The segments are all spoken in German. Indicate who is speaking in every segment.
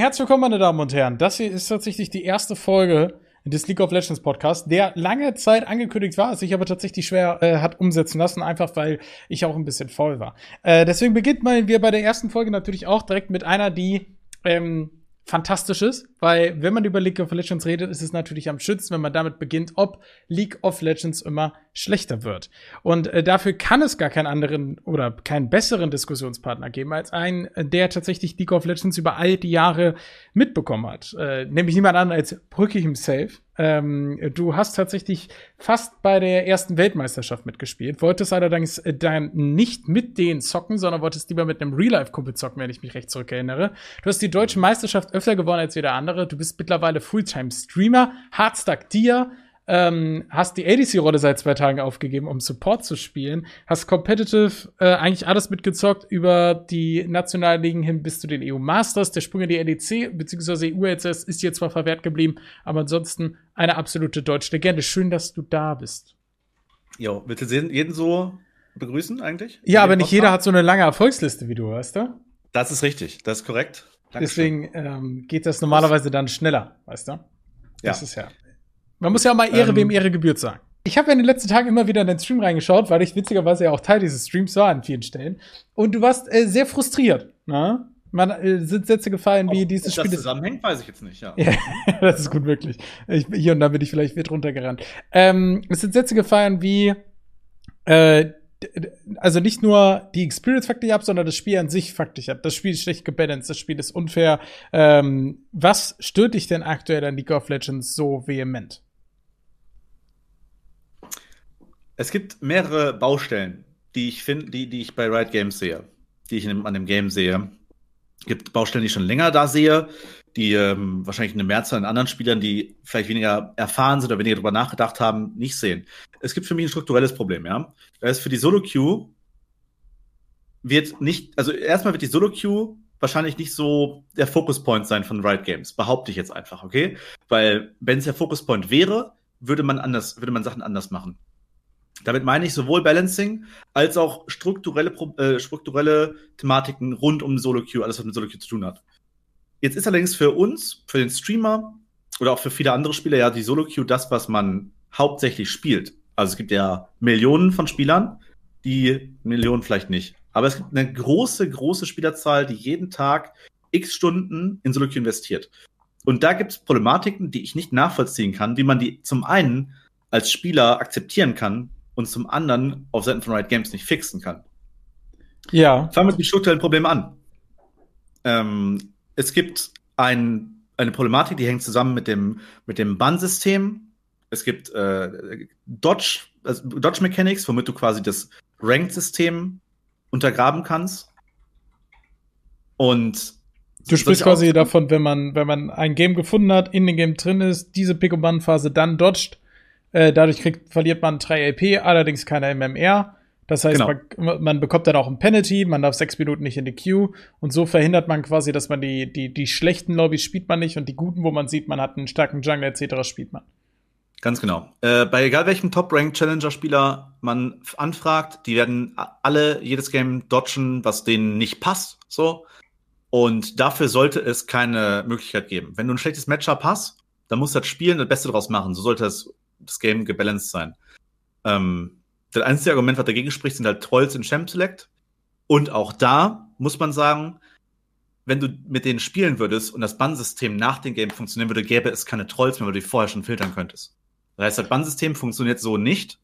Speaker 1: Herzlich willkommen, meine Damen und Herren. Das hier ist tatsächlich die erste Folge des League of Legends Podcast, der lange Zeit angekündigt war, sich aber tatsächlich schwer äh, hat umsetzen lassen, einfach weil ich auch ein bisschen faul war. Äh, deswegen beginnt mal wir bei der ersten Folge natürlich auch direkt mit einer, die ähm, fantastisch ist, weil wenn man über League of Legends redet, ist es natürlich am schützen, wenn man damit beginnt, ob League of Legends immer schlechter wird. Und äh, dafür kann es gar keinen anderen oder keinen besseren Diskussionspartner geben als einen, äh, der tatsächlich League of Legends über all die Jahre mitbekommen hat. Äh, nämlich niemand anderen als Brücke himself. Ähm, du hast tatsächlich fast bei der ersten Weltmeisterschaft mitgespielt, wolltest allerdings äh, dann nicht mit denen zocken, sondern wolltest lieber mit einem Real-Life-Kumpel zocken, wenn ich mich recht zurückerinnere. Du hast die deutsche Meisterschaft öfter gewonnen als jeder andere. Du bist mittlerweile Fulltime-Streamer, Hardstack Dia, ähm, hast die ADC-Rolle seit zwei Tagen aufgegeben, um Support zu spielen, hast competitive äh, eigentlich alles mitgezockt über die nationalen Ligen hin bis zu den EU-Masters. Der Sprung in die E LEC bzw. EU-LCS ist hier zwar verwehrt geblieben, aber ansonsten eine absolute deutsche Legende. Schön, dass du da bist.
Speaker 2: Jo, willst du jeden so begrüßen eigentlich?
Speaker 1: Ja, aber nicht Podcast? jeder hat so eine lange Erfolgsliste wie du, weißt du?
Speaker 2: Das ist richtig, das ist korrekt.
Speaker 1: Dankeschön. Deswegen ähm, geht das normalerweise dann schneller, weißt du? Ja. Das ist ja man muss ja auch mal Ehre, ähm, wem Ehre gebührt sagen. Ich habe ja in den letzten Tagen immer wieder in den Stream reingeschaut, weil ich witzigerweise ja auch Teil dieses Streams war an vielen Stellen. Und du warst äh, sehr frustriert. Ne? Man äh, sind Sätze gefallen, wie dieses
Speaker 2: das
Speaker 1: Spiel.
Speaker 2: Das zusammenhängt, weiß ich jetzt nicht, ja.
Speaker 1: ja das ist gut möglich. Ich, hier und da bin ich vielleicht wird runtergerannt. Ähm, es sind Sätze gefallen wie, äh, also nicht nur die Experience fuckt dich ab, sondern das Spiel an sich fuckt dich ab. Das Spiel ist schlecht gebalanced, das Spiel ist unfair. Ähm, was stört dich denn aktuell an League of Legends so vehement?
Speaker 2: Es gibt mehrere Baustellen, die ich finde, die, die ich bei Riot Games sehe, die ich dem, an dem Game sehe. Es gibt Baustellen, die ich schon länger da sehe, die ähm, wahrscheinlich eine Mehrzahl an anderen Spielern, die vielleicht weniger erfahren sind oder weniger darüber nachgedacht haben, nicht sehen. Es gibt für mich ein strukturelles Problem, ja. Da ist für die Solo-Queue wird nicht, also erstmal wird die Solo-Queue wahrscheinlich nicht so der Focus-Point sein von Riot Games, behaupte ich jetzt einfach, okay? Weil, wenn es der Focus-Point wäre, würde man anders, würde man Sachen anders machen. Damit meine ich sowohl Balancing als auch strukturelle, äh, strukturelle Thematiken rund um Solo-Queue, alles was mit Solo-Queue zu tun hat. Jetzt ist allerdings für uns, für den Streamer oder auch für viele andere Spieler ja die Solo-Queue das, was man hauptsächlich spielt. Also es gibt ja Millionen von Spielern, die Millionen vielleicht nicht. Aber es gibt eine große, große Spielerzahl, die jeden Tag x Stunden in Solo-Queue investiert. Und da gibt es Problematiken, die ich nicht nachvollziehen kann, wie man die zum einen als Spieler akzeptieren kann, und zum anderen auf Seiten von Riot Games nicht fixen kann.
Speaker 1: Ja.
Speaker 2: Fangen wir mit den strukturellen Problemen an. Ähm, es gibt ein, eine Problematik, die hängt zusammen mit dem, mit dem Ban-System. Es gibt äh, Dodge, also Dodge Mechanics, womit du quasi das Ranked-System untergraben kannst. Und
Speaker 1: Du sprichst quasi davon, wenn man, wenn man ein Game gefunden hat, in dem Game drin ist, diese Pick- und Ban-Phase dann dodgt, äh, dadurch kriegt, verliert man 3 LP, allerdings keine MMR. Das heißt, genau. man, man, bekommt dann auch ein Penalty, man darf sechs Minuten nicht in die Queue und so verhindert man quasi, dass man die, die, die schlechten Lobbys spielt man nicht und die guten, wo man sieht, man hat einen starken Jungle etc. spielt man.
Speaker 2: Ganz genau. Äh, bei egal welchem Top-Rank-Challenger-Spieler man anfragt, die werden alle jedes Game dodgen, was denen nicht passt. So. Und dafür sollte es keine Möglichkeit geben. Wenn du ein schlechtes Matchup hast, dann musst du das spielen und das Beste draus machen. So sollte das das Game gebalanced sein. Ähm, das einzige Argument, was dagegen spricht, sind halt Trolls in Champ Select. Und auch da muss man sagen, wenn du mit denen spielen würdest und das Bannsystem nach dem Game funktionieren würde, gäbe es keine Trolls mehr, weil du die vorher schon filtern könntest. Das heißt, das Bannsystem funktioniert so nicht.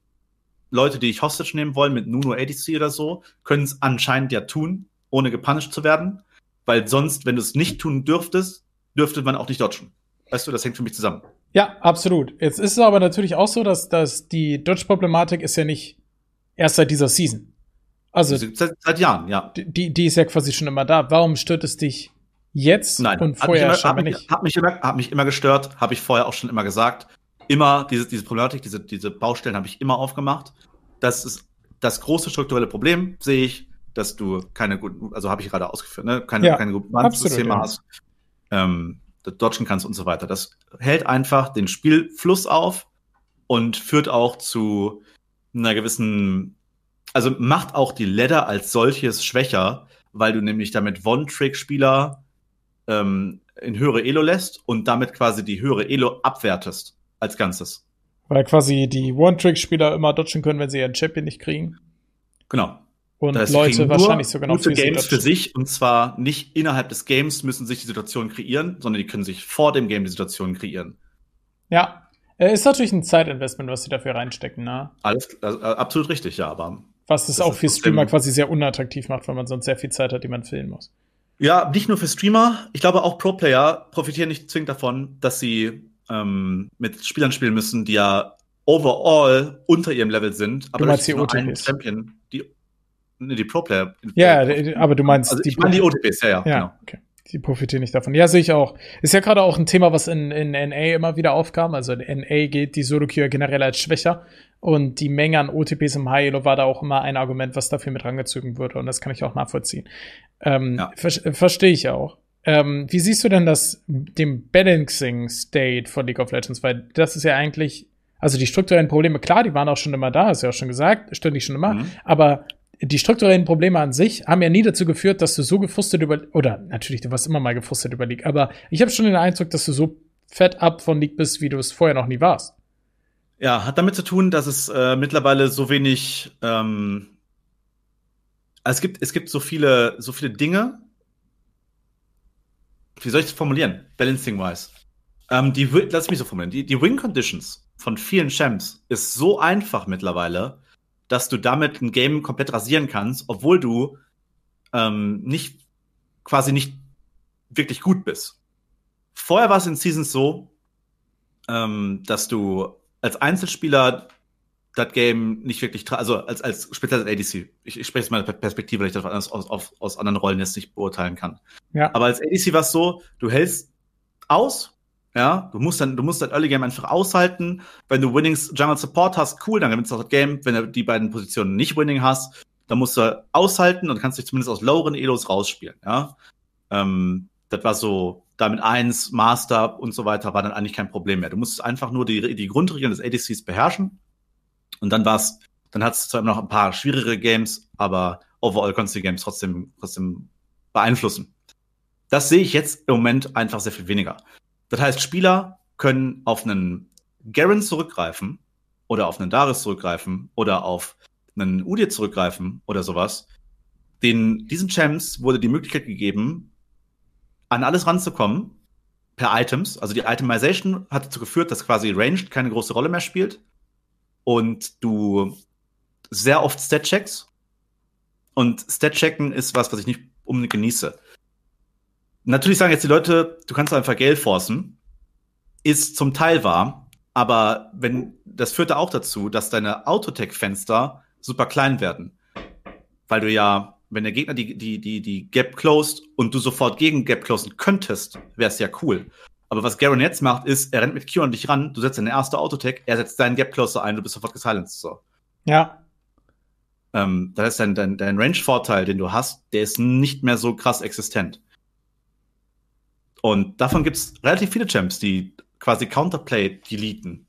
Speaker 2: Leute, die ich Hostage nehmen wollen mit Nuno ADC oder so, können es anscheinend ja tun, ohne gepunished zu werden. Weil sonst, wenn du es nicht tun dürftest, dürfte man auch nicht dodgen. Weißt du, das hängt für mich zusammen.
Speaker 1: Ja, absolut. Jetzt ist es aber natürlich auch so, dass, dass die Dodge-Problematik ist ja nicht erst seit dieser Season. Also
Speaker 2: seit, seit, Jahren, ja.
Speaker 1: Die, die ist ja quasi schon immer da. Warum stört es dich jetzt
Speaker 2: Nein,
Speaker 1: und vorher
Speaker 2: immer, schon nicht? Hat mich, immer, hat mich immer gestört, habe ich vorher auch schon immer gesagt. Immer diese, diese Problematik, diese, diese Baustellen habe ich immer aufgemacht. Das ist das große strukturelle Problem, sehe ich, dass du keine guten, also habe ich gerade ausgeführt, ne? keine, ja, keine guten Bandsysteme ja. hast. Ähm, dodgen kannst und so weiter. Das hält einfach den Spielfluss auf und führt auch zu einer gewissen, also macht auch die Ladder als solches schwächer, weil du nämlich damit One-Trick-Spieler ähm, in höhere Elo lässt und damit quasi die höhere Elo abwertest als Ganzes.
Speaker 1: Weil quasi die One-Trick-Spieler immer dodgen können, wenn sie ihren Champion nicht kriegen.
Speaker 2: Genau.
Speaker 1: Und
Speaker 2: Das heißt, sie
Speaker 1: Leute
Speaker 2: kriegen
Speaker 1: wahrscheinlich genau sogar noch
Speaker 2: gute
Speaker 1: viel
Speaker 2: Games für
Speaker 1: dodgen.
Speaker 2: sich und zwar nicht innerhalb des Games müssen sich die Situation kreieren, sondern die können sich vor dem Game die Situation kreieren.
Speaker 1: Ja. Äh, Ist natürlich ein Zeitinvestment, was sie dafür reinstecken, ne?
Speaker 2: Alles äh, äh, absolut richtig, ja, aber
Speaker 1: Was es
Speaker 2: Das
Speaker 1: auch
Speaker 2: ist
Speaker 1: für
Speaker 2: trotzdem-
Speaker 1: Streamer quasi sehr unattraktiv macht, weil man sonst sehr viel Zeit hat, die man füllen muss.
Speaker 2: ja, nicht nur für Streamer, ich glaube auch Pro-Player profitieren nicht zwingend davon, dass sie ähm, mit Spielern spielen müssen, die ja overall unter ihrem Level sind, aber
Speaker 1: meinst
Speaker 2: dadurch, dass
Speaker 1: die
Speaker 2: nur ein
Speaker 1: OTPs?
Speaker 2: Champion, die, nee, die Pro-Player.
Speaker 1: Ja, d- aber du meinst
Speaker 2: also ich meine die OTPs, ja, ja,
Speaker 1: Ja,
Speaker 2: genau.
Speaker 1: okay. Die profitieren nicht davon. Ja, sehe ich auch. Ist ja gerade auch ein Thema, was in, in NA immer wieder aufkam. Also in NA gilt die solo queue generell als schwächer. Und die Menge an OTPs im High Elo war da auch immer ein Argument, was dafür mit rangezogen wurde. Und das kann ich auch nachvollziehen. Ähm,
Speaker 2: Ja.
Speaker 1: ver- äh, Verstehe ich auch. Ähm, wie siehst du denn das, dem Balancing State von League of Legends? Weil das ist ja eigentlich, also die strukturellen Probleme, klar, die waren auch schon immer da, hast du ja auch schon gesagt, ständig schon immer.
Speaker 2: Mhm.
Speaker 1: Aber die strukturellen Probleme an sich haben ja nie dazu geführt, dass du so gefrustet über, oder natürlich, du warst immer mal gefrustet über League, aber ich habe schon den Eindruck, dass du so fett ab von League bist, wie du es vorher noch nie warst.
Speaker 2: Ja, hat damit zu tun, dass es äh, mittlerweile so wenig. Ähm, also es gibt es gibt so viele so viele Dinge. Wie soll ich das formulieren? Balancing wise. Ähm, die Wi- lass mich so formulieren. Die, die Win Conditions von vielen Champs ist so einfach mittlerweile, dass du damit ein Game komplett rasieren kannst, obwohl du ähm, nicht quasi nicht wirklich gut bist. Vorher war es in Seasons so, ähm, dass du als Einzelspieler das Game nicht wirklich, tra- also als, als speziell als ADC, ich, ich spreche jetzt mal per- Perspektive, weil ich das anders, aus, auf, aus anderen Rollen jetzt nicht beurteilen kann.
Speaker 1: Ja.
Speaker 2: Aber als ADC war es so, du hältst aus, ja, du musst dann, du musst das Early Game einfach aushalten. Wenn du Winnings Jungle Support hast, cool, dann gewinnst du auch das Game. Wenn du die beiden Positionen nicht Winning hast, dann musst du aushalten und kannst dich zumindest aus loweren Elos rausspielen, ja. Ähm, das war so, damit eins, Master und so weiter, war dann eigentlich kein Problem mehr. Du musst einfach nur die, die Grundregeln des ADCs beherrschen. Und dann war's, dann hat's zwar noch ein paar schwierigere Games, aber overall konntest du die Games trotzdem, trotzdem beeinflussen. Das sehe ich jetzt im Moment einfach sehr viel weniger. Das heißt, Spieler können auf einen Garen zurückgreifen oder auf einen Darius zurückgreifen oder auf einen Udir zurückgreifen oder sowas. Den, diesen Champs wurde die Möglichkeit gegeben, an alles ranzukommen per Items. Also die Itemization hat dazu geführt, dass quasi Ranged keine große Rolle mehr spielt und du sehr oft Stat checkst. Und Stat checken ist was, was ich nicht unbedingt genieße. Natürlich sagen jetzt die Leute, du kannst einfach Geld forcen. Ist zum Teil wahr, aber wenn, das führte auch dazu, dass deine Autotech-Fenster super klein werden. Weil du ja, wenn der Gegner die, die, die, die Gap closed und du sofort gegen Gap closen könntest, wär's ja cool. Aber was Garen jetzt macht, ist, er rennt mit Q an dich ran, du setzt deine erste Autotech, er setzt deinen Gap Closer ein, du bist sofort gesilenced. So.
Speaker 1: Ja.
Speaker 2: Ähm, das heißt, dein, dein, dein Range-Vorteil, den du hast, der ist nicht mehr so krass existent. Und davon gibt's relativ viele Champs, die quasi Counterplay deleten.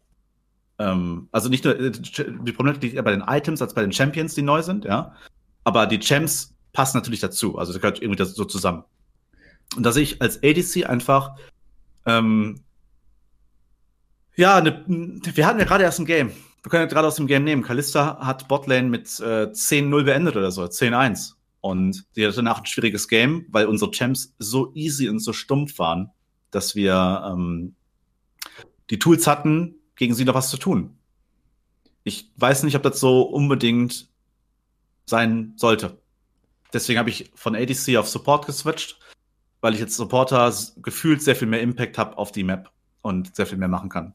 Speaker 2: Ähm, also nicht nur äh, die Problematik liegt eher bei den Items als bei den Champions, die neu sind, ja. Aber die Champs passen natürlich dazu. Also das gehört irgendwie das so zusammen. Und da sehe ich als ADC einfach ähm, ja, ne, wir hatten ja gerade erst ein Game. Wir können ja gerade aus dem Game nehmen. Kalista hat Botlane mit äh, 10-0 beendet oder so, 10-1. Und die hatte danach ein schwieriges Game, weil unsere Champs so easy und so stumpf waren, dass wir ähm, die Tools hatten, gegen sie noch was zu tun. Ich weiß nicht, ob das so unbedingt sein sollte. Deswegen habe ich von ADC auf Support geswitcht, weil ich jetzt Supporter s- gefühlt sehr viel mehr Impact habe auf die Map und sehr viel mehr machen kann.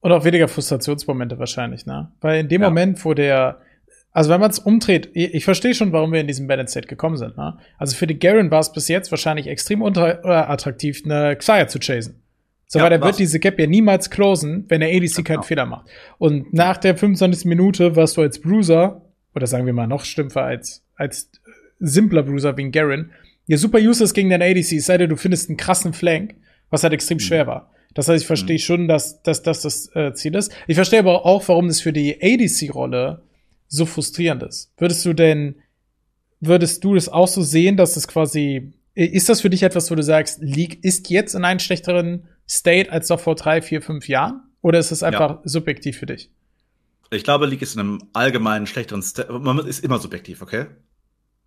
Speaker 1: Und auch weniger Frustrationsmomente wahrscheinlich, ne? Weil in dem
Speaker 2: Ja.
Speaker 1: Moment, wo der, also wenn man es umdreht, ich, ich verstehe schon, warum wir in diesem Balance Set gekommen sind, ne? Also für die Garen war es bis jetzt wahrscheinlich extrem unter, äh, attraktiv, eine Xayah zu chasen. So,
Speaker 2: Ja,
Speaker 1: weil er
Speaker 2: war's.
Speaker 1: wird diese Gap ja niemals closen, wenn der ADC keinen
Speaker 2: Genau.
Speaker 1: Fehler macht. Und nach der 25. Minute warst du als Bruiser, oder sagen wir mal noch stumpfer als, als simpler Bruiser wie ein Garen, ja super useless gegen den ADC, es sei denn, du findest einen krassen Flank, was halt
Speaker 2: Mhm.
Speaker 1: extrem schwer war. Das heißt, ich verstehe schon, dass, dass, dass das äh, Ziel ist. Ich verstehe aber auch, warum das für die ADC-Rolle so frustrierend ist. Würdest du denn, würdest du das auch so sehen, dass es quasi Ist das für dich etwas, wo du sagst, League ist jetzt in einem schlechteren State als noch vor drei, vier, fünf Jahren? Oder ist es einfach
Speaker 2: Ja.
Speaker 1: subjektiv für dich?
Speaker 2: Ich glaube, League ist in einem allgemeinen schlechteren Sta- Man ist immer subjektiv, okay?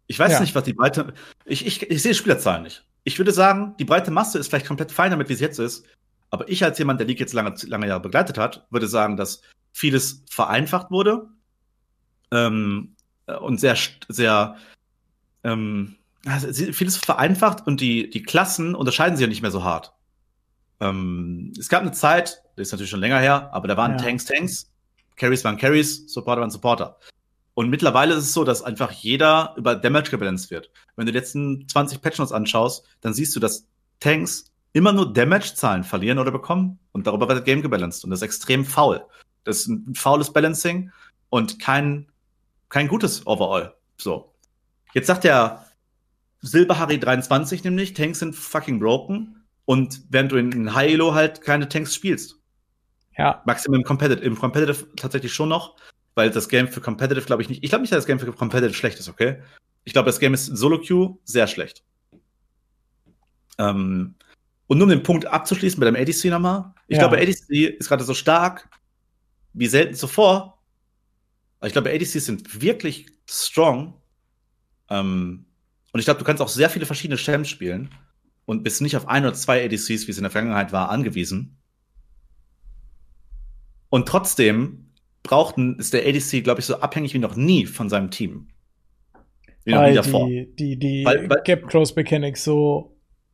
Speaker 2: Ich weiß
Speaker 1: Ja.
Speaker 2: nicht, was die breite. Ich, ich, ich sehe Spielerzahlen nicht. Ich würde sagen, die breite Masse ist vielleicht komplett fein damit, wie sie jetzt ist. Aber ich als jemand, der League jetzt lange, lange Jahre begleitet hat, würde sagen, dass vieles vereinfacht wurde. Ähm, und sehr, st- sehr, ähm, also sie- vieles vereinfacht und die, die Klassen unterscheiden sich ja nicht mehr so hart. Ähm, es gab eine Zeit, das ist natürlich schon länger her, aber da waren
Speaker 1: Ja.
Speaker 2: Tanks, Tanks, Carries waren Carries, Supporter waren Supporter. Und mittlerweile ist es so, dass einfach jeder über Damage gebalanced wird. Wenn du die letzten 20 Patch Notes anschaust, dann siehst du, dass Tanks immer nur Damage-Zahlen verlieren oder bekommen. Und darüber wird das Game gebalanced. Und das ist extrem faul. Das ist ein faules Balancing und kein, kein gutes Overall. So. Jetzt sagt der Silberharry 23 nämlich, Tanks sind fucking broken. Und während du in High Elo halt keine Tanks spielst.
Speaker 1: Ja,
Speaker 2: Maximum im Competitive. Im Competitive tatsächlich schon noch, weil das Game für Competitive, glaube ich, nicht. Ich glaube nicht, dass das Game für Competitive schlecht ist, okay? Ich glaube, das Game ist in Solo-Queue sehr schlecht. Ähm, und nur um den Punkt abzuschließen mit dem ADC nochmal. Ich
Speaker 1: Ja.
Speaker 2: glaube, ADC ist gerade so stark wie selten zuvor. Aber Ich glaube, ADCs sind wirklich strong. Ähm, und ich glaube, du kannst auch sehr viele verschiedene Champs spielen und bist nicht auf ein oder zwei ADCs, wie es in der Vergangenheit war, angewiesen. Und trotzdem brauchten, ist der ADC, glaube ich, so abhängig wie noch nie von seinem Team. Wie noch nie
Speaker 1: weil
Speaker 2: davor.
Speaker 1: die, die, die
Speaker 2: Weil- weil-
Speaker 1: Gap Close Mechanics so,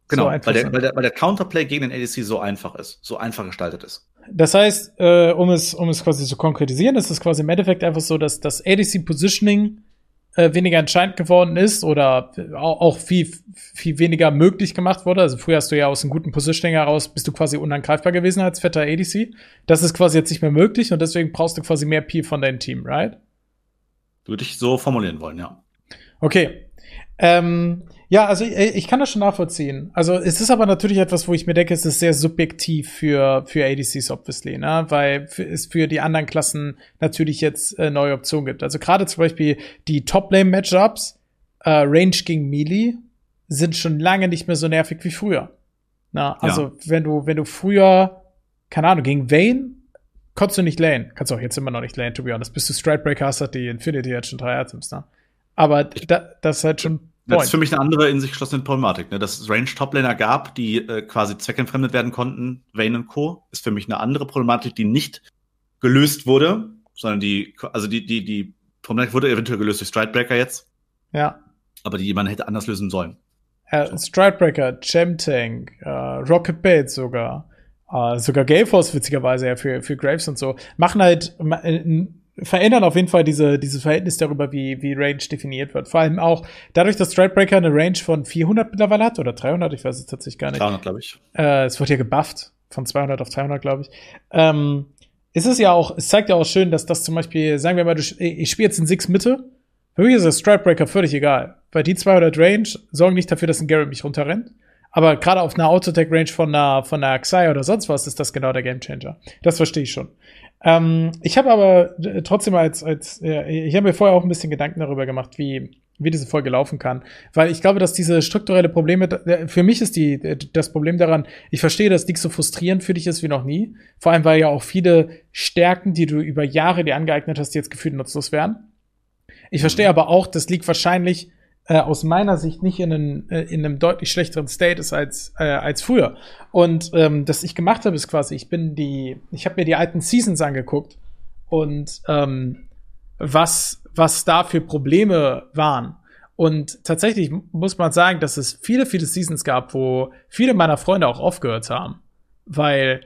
Speaker 2: Genau,
Speaker 1: so
Speaker 2: weil,
Speaker 1: einfach
Speaker 2: der,
Speaker 1: sind.
Speaker 2: weil, der, weil der Counterplay gegen den ADC so einfach ist, so einfach gestaltet ist.
Speaker 1: Das heißt, äh, um, es, um es quasi zu konkretisieren, ist es quasi im Endeffekt einfach so, dass das ADC-Positioning äh, weniger entscheidend geworden ist oder auch, auch viel, viel weniger möglich gemacht wurde. Also früher hast du ja aus einem guten Positioning heraus, bist du quasi unangreifbar gewesen als fetter ADC. Das ist quasi jetzt nicht mehr möglich und deswegen brauchst du quasi mehr P von deinem Team, right?
Speaker 2: Würde ich so formulieren wollen, ja.
Speaker 1: Okay. Ähm, ja, also ich, ich kann das schon nachvollziehen. Also es ist aber natürlich etwas, wo ich mir denke, es ist sehr subjektiv für, für ADCs, obviously, ne? weil für, es für die anderen Klassen natürlich jetzt äh, neue Optionen gibt. Also gerade zum Beispiel die Top-Lane-Matchups, äh, Range gegen Melee, sind schon lange nicht mehr so nervig wie früher. Na, also wenn du, wenn du früher, keine Ahnung, gegen Vayne konntest du nicht lane. Kannst du auch jetzt immer noch nicht lane, to be honest. Bis du Stridebreaker hast, hat die Infinity jetzt schon drei Items, ne? Aber da, das ist halt schon ein
Speaker 2: Das ist für
Speaker 1: Point.
Speaker 2: mich eine andere in sich geschlossene Problematik, ne? Dass es Range-Toplaner gab, die äh, quasi zweckentfremdet werden konnten, Vayne und Co., ist für mich eine andere Problematik, die nicht gelöst wurde, sondern die, also die, die, die Problematik wurde eventuell gelöst durch Stridebreaker jetzt,
Speaker 1: Ja.
Speaker 2: aber die man hätte anders lösen sollen.
Speaker 1: Äh, Stridebreaker, Gem Tank, äh, Rocket Bait sogar, äh, sogar Galeforce witzigerweise ja für, für Graves und so, machen halt, ma- äh, n- verändern auf jeden Fall diese, dieses Verhältnis darüber, wie, wie Range definiert wird. Vor allem auch dadurch, dass Stridebreaker eine Range von 400 mittlerweile hat oder 300, ich weiß es tatsächlich gar nicht.
Speaker 2: 300, glaube ich.
Speaker 1: Äh, es wird ja gebufft von 200 auf 300, glaube ich. Ähm, es ist ja auch, es zeigt ja auch schön, dass das zum Beispiel, sagen wir mal, du, sch- ich spiele jetzt in Six Mitte. Für mich ist das Strikebreaker völlig egal, weil die 200 Range sorgen nicht dafür, dass ein Garrett mich runterrennt. Aber gerade auf einer Autotech-Range von einer, von einer Xai oder sonst was ist das genau der Gamechanger. Das verstehe ich schon. Ähm, ich habe aber äh, trotzdem als, als äh, ich habe mir vorher auch ein bisschen Gedanken darüber gemacht, wie, wie diese Folge laufen kann. Weil ich glaube, dass diese strukturelle Probleme, äh, für mich ist die, äh, das Problem daran, ich verstehe, dass League so frustrierend für dich ist wie noch nie. Vor allem, weil ja auch viele Stärken, die du über Jahre dir angeeignet hast, jetzt gefühlt nutzlos werden. Ich verstehe aber auch, dass League wahrscheinlich äh, aus meiner Sicht nicht in, einen, äh, in einem deutlich schlechteren State ist als, äh, als früher. Und ähm, das ich gemacht habe, ist quasi, ich bin die, ich habe mir die alten Seasons angeguckt und ähm, was, was da für Probleme waren. Und tatsächlich muss man sagen, dass es viele, viele Seasons gab, wo viele meiner Freunde auch aufgehört haben, weil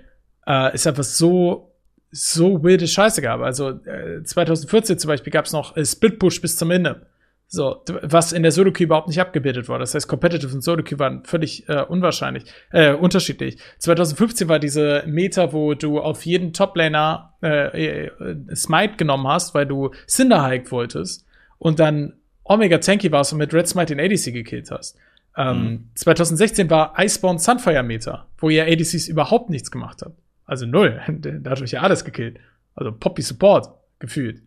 Speaker 1: äh, es einfach so, so wilde Scheiße gab. Also äh, 2014 zum Beispiel gab es noch äh, Split Push bis zum Ende. So, d- was in der solo queue überhaupt nicht abgebildet wurde. Das heißt, Competitive und solo queue waren völlig äh, unwahrscheinlich, äh, unterschiedlich. 2015 war diese Meta, wo du auf jeden Toplaner äh, äh, äh, Smite genommen hast, weil du Cinderhike wolltest und dann Omega Tanky warst und mit Red Smite den ADC gekillt hast. Ähm, 2016 war Iceborne Sunfire Meta, wo ihr ADCs überhaupt nichts gemacht habt. Also null. Dadurch ja alles gekillt. Also Poppy Support gefühlt.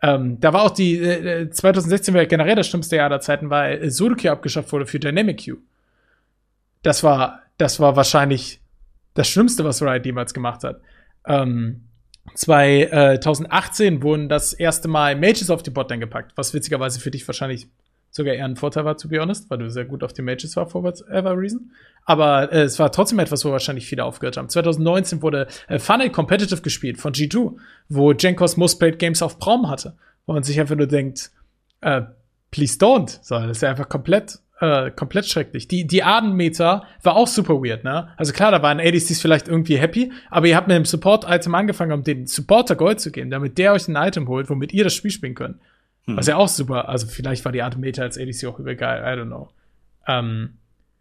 Speaker 1: Ähm, da war auch die äh, äh, 2016 war generell das schlimmste Jahr der Zeiten, weil äh, Sudoku abgeschafft wurde für Dynamic Q. das war, das war wahrscheinlich das Schlimmste, was Riot jemals gemacht hat. Ähm, 2018 wurden das erste Mal Mages auf die Botline gepackt, was witzigerweise für dich wahrscheinlich sogar eher ein Vorteil war, to be honest, weil du sehr gut auf die Mages war, for whatever reason. Aber äh, es war trotzdem etwas, wo wahrscheinlich viele aufgehört haben. 2019 wurde äh, Funnel Competitive gespielt von G2, wo Jenkos Muspelt Games auf Braum hatte. Wo man sich einfach nur denkt, äh, please don't. So, das ist ja einfach komplett äh, komplett schrecklich. Die, die Adenmeter war auch super weird, ne? Also klar, da waren ADCs vielleicht irgendwie happy, aber ihr habt mit dem Support-Item angefangen, um den Supporter Gold zu geben, damit der euch ein Item holt, womit ihr das Spiel spielen könnt. Hm. Was ja auch super, also vielleicht war die Adenmeter als ADC auch übergeil, I don't know. Ähm,